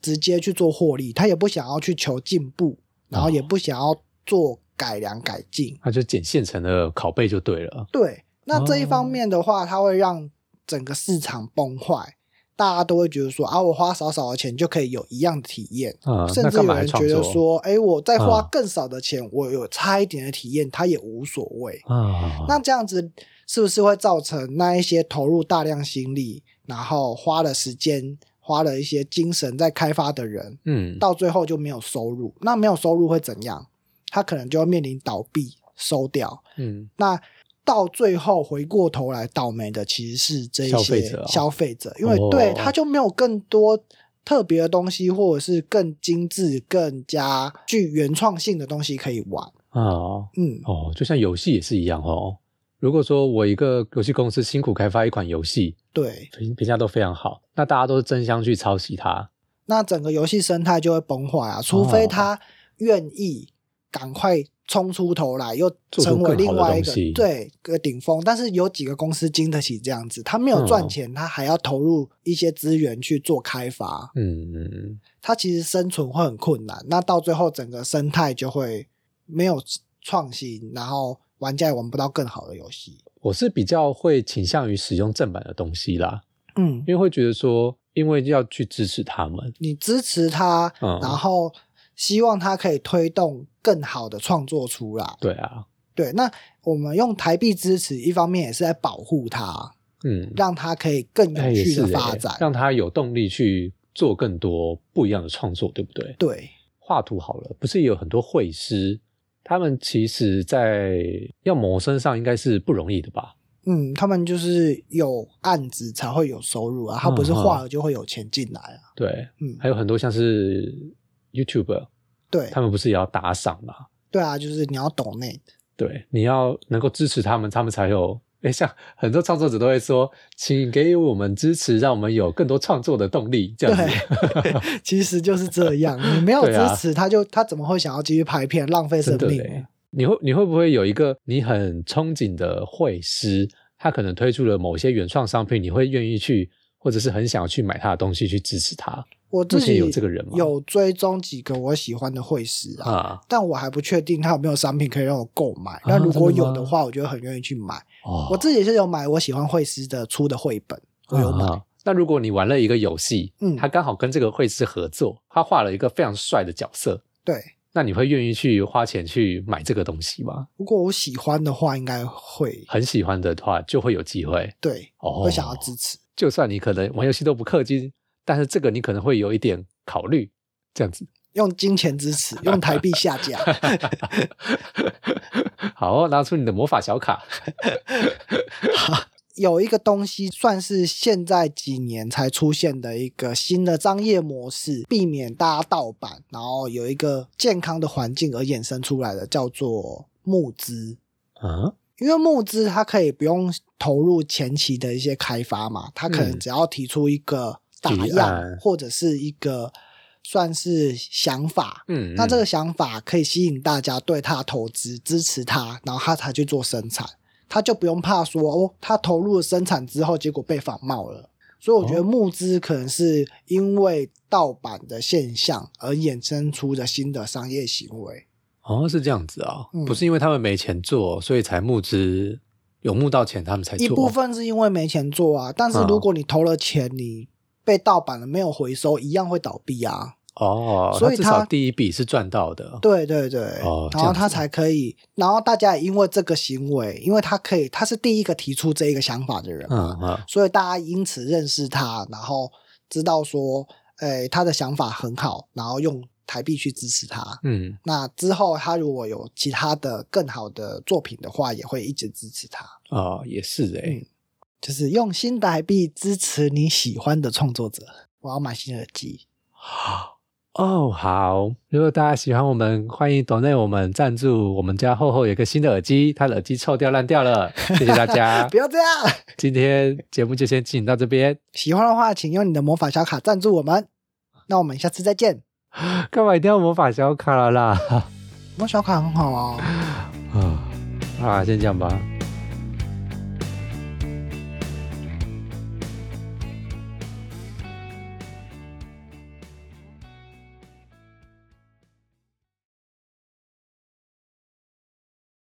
Speaker 2: 直接去做获利，他也不想要去求进步，然后也不想要做改良改进。
Speaker 1: 那就捡现成的拷贝就对了。
Speaker 2: 对，那这一
Speaker 1: 哦
Speaker 2: 方面的话，它会让整个市场崩坏，大家都会觉得说啊，我花少少的钱就可以有一样的体验，
Speaker 1: 啊、
Speaker 2: 甚
Speaker 1: 那
Speaker 2: 至
Speaker 1: 干
Speaker 2: 有
Speaker 1: 嘛还
Speaker 2: 人
Speaker 1: 创
Speaker 2: 觉得
Speaker 1: 作
Speaker 2: 说，哎，我再花
Speaker 1: 嗯
Speaker 2: 更少的钱，我有差一点的体验，它也无所谓。
Speaker 1: 啊，
Speaker 2: 那这样子是不是会造成那一些投入大量心力，然后花了时间、花了一些精神在开发的人，
Speaker 1: 嗯，
Speaker 2: 到最后就没有收入？那没有收入会怎样？他可能就要面临倒闭、收掉，
Speaker 1: 嗯
Speaker 2: 那到最后回过头来倒霉的其实是这一
Speaker 1: 消费
Speaker 2: 些
Speaker 1: 者哦
Speaker 2: 消费者，因为
Speaker 1: 哦
Speaker 2: 对他就没有更多特别的东西，或者是更精致、更加具原创性的东西可以玩。
Speaker 1: 啊哦
Speaker 2: 嗯，
Speaker 1: 哦，就像游戏也是一样哦。如果说我一个游戏公司辛苦开发一款游戏，
Speaker 2: 对，
Speaker 1: 评评价都非常好，那大家都是争相去抄袭它，
Speaker 2: 那整个游戏生态就会崩坏啊，除非
Speaker 1: 哦
Speaker 2: 他愿意赶快冲出头来，又
Speaker 1: 做出
Speaker 2: 成为
Speaker 1: 更
Speaker 2: 另
Speaker 1: 好的
Speaker 2: 外一
Speaker 1: 东
Speaker 2: 个
Speaker 1: 西
Speaker 2: 对一个顶峰。但是有几个公司经得起这样子，他没有赚
Speaker 1: 嗯
Speaker 2: 钱，他还要投入一些资源去做开发。
Speaker 1: 嗯，
Speaker 2: 它其实生存会很困难，那到最后整个生态就会没有创新，然后玩家也玩不到更好的游戏。
Speaker 1: 我是比较会倾向于使用正版的东西啦，
Speaker 2: 嗯，
Speaker 1: 因为会觉得说，因为要去支持他们，
Speaker 2: 你支持它，
Speaker 1: 嗯
Speaker 2: 然后希望它可以推动更好的创作出来。
Speaker 1: 对啊，
Speaker 2: 对，那我们用台币支持，一方面也是在保护它，
Speaker 1: 嗯，
Speaker 2: 让它可以更
Speaker 1: 哎
Speaker 2: 有
Speaker 1: 也
Speaker 2: 趣
Speaker 1: 是
Speaker 2: 的
Speaker 1: 欸
Speaker 2: 发展。
Speaker 1: 让他有动力去做更多不一样的创作，对不对？
Speaker 2: 对，
Speaker 1: 画图好了，不是也有很多绘师，他们其实在要谋生上应该是不容易的吧？
Speaker 2: 嗯，他们就是有案子才会有收入啊，他不是
Speaker 1: 嗯嗯
Speaker 2: 画了就会有钱进来啊。
Speaker 1: 对，
Speaker 2: 嗯，
Speaker 1: 还有很多像是 YouTuber，
Speaker 2: 对
Speaker 1: 他，们不是也要打赏嘛？
Speaker 2: 对啊，就是你要懂内
Speaker 1: 对，你要能够支持他们，他们才有。诶，像很多创作者都会说，请给予我们支持，让我们有更多创作的动力，这样子。
Speaker 2: 对，其实就是这样。你没有
Speaker 1: 对
Speaker 2: 支
Speaker 1: 啊
Speaker 2: 持，他就他怎么会想要继续拍片，浪费生
Speaker 1: 真的
Speaker 2: 命
Speaker 1: 嘞
Speaker 2: 呢？
Speaker 1: 你会你会不会有一个你很憧憬的绘师，他可能推出了某些原创商品，你会愿意去，或者是很想要去买他的东西去支持他
Speaker 2: 我自
Speaker 1: 目前
Speaker 2: 己
Speaker 1: 有这个人吗
Speaker 2: 有追踪几个我喜欢的绘师啊，
Speaker 1: 啊？
Speaker 2: 但我还不确定他有没有商品可以让我购买。
Speaker 1: 啊
Speaker 2: 那如果
Speaker 1: 真的
Speaker 2: 有
Speaker 1: 吗
Speaker 2: 的话，我就很愿意去买。
Speaker 1: 哦
Speaker 2: 我自己是有买我喜欢绘师的出的绘本，我有买。
Speaker 1: 啊那如果你玩了一个游戏，
Speaker 2: 嗯
Speaker 1: 他刚好跟这个绘师合作，他画了一个非常帅的角色，
Speaker 2: 对，
Speaker 1: 那你会愿意去花钱去买这个东西吗？
Speaker 2: 如果我喜欢的话，应该会
Speaker 1: 很喜欢的话，就会有机会。
Speaker 2: 对，
Speaker 1: 哦
Speaker 2: 会想要支持。
Speaker 1: 就算你可能玩游戏都不氪金，但是这个你可能会有一点考虑， 这样子。
Speaker 2: 用金钱支持，用台币下架。
Speaker 1: 好哦、拿出你的魔法小卡。
Speaker 2: 有一个东西算是现在几年才出现的一个新的商业模式，避免大家盗版，然后有一个健康的环境而衍生出来的，叫做募资。
Speaker 1: 啊，
Speaker 2: 因为募资它可以不用投入前期的一些开发嘛，它可能
Speaker 1: 嗯
Speaker 2: 只要提出一个打
Speaker 1: 提
Speaker 2: 样、
Speaker 1: 案
Speaker 2: 或者是一个算是想法。
Speaker 1: 嗯，
Speaker 2: 那这个想法可以吸引大家对他投资，支持他，然后他才去做生产，他就不用怕说哦，他投入了生产之后，结果被仿冒了。所以我觉得
Speaker 1: 哦
Speaker 2: 募资可能是因为盗版的现象而衍生出的新的商业行为。
Speaker 1: 嗯哦，是这样子啊、
Speaker 2: 嗯
Speaker 1: 不是因为他们没钱做，所以才募资，有募到钱他们才做。
Speaker 2: 一部分是因为没钱做啊，但是
Speaker 1: 嗯
Speaker 2: 如果你投了钱，你被盗版了没有回收，一样会倒闭啊。
Speaker 1: 哦，
Speaker 2: 所
Speaker 1: 那
Speaker 2: 以
Speaker 1: 至少
Speaker 2: 他
Speaker 1: 第一笔是赚到的。
Speaker 2: 对对对，
Speaker 1: 哦这
Speaker 2: 然后
Speaker 1: 样
Speaker 2: 他
Speaker 1: 子
Speaker 2: 才可以，然后大家也因为这个行为，因为他可以，他是第一个提出这一个想法的人嘛，
Speaker 1: 嗯嗯，
Speaker 2: 所以大家因此认识他，然后知道说，哎，他的想法很好，然后用台币去支持他。
Speaker 1: 嗯，
Speaker 2: 那之后，他如果有其他的更好的作品的话，也会一直支持他。
Speaker 1: 哦，也是哎、
Speaker 2: 嗯就是用新台币支持你喜欢的创作者。我要买新耳机，
Speaker 1: 哦，好！如果大家喜欢我们，欢迎 d 内我们赞助。我们家厚厚有一个新的耳机，他的耳机臭掉烂掉了，谢谢大家
Speaker 2: 不。要这样。
Speaker 1: 今天节目就先进行到这边，
Speaker 2: 喜欢的话，请用你的魔法小卡赞助我们。那我们下次再见。
Speaker 1: 干嘛一定要魔法小卡啦啦？
Speaker 2: 魔法小卡很好哦。
Speaker 1: 啊，好啦，先这样吧，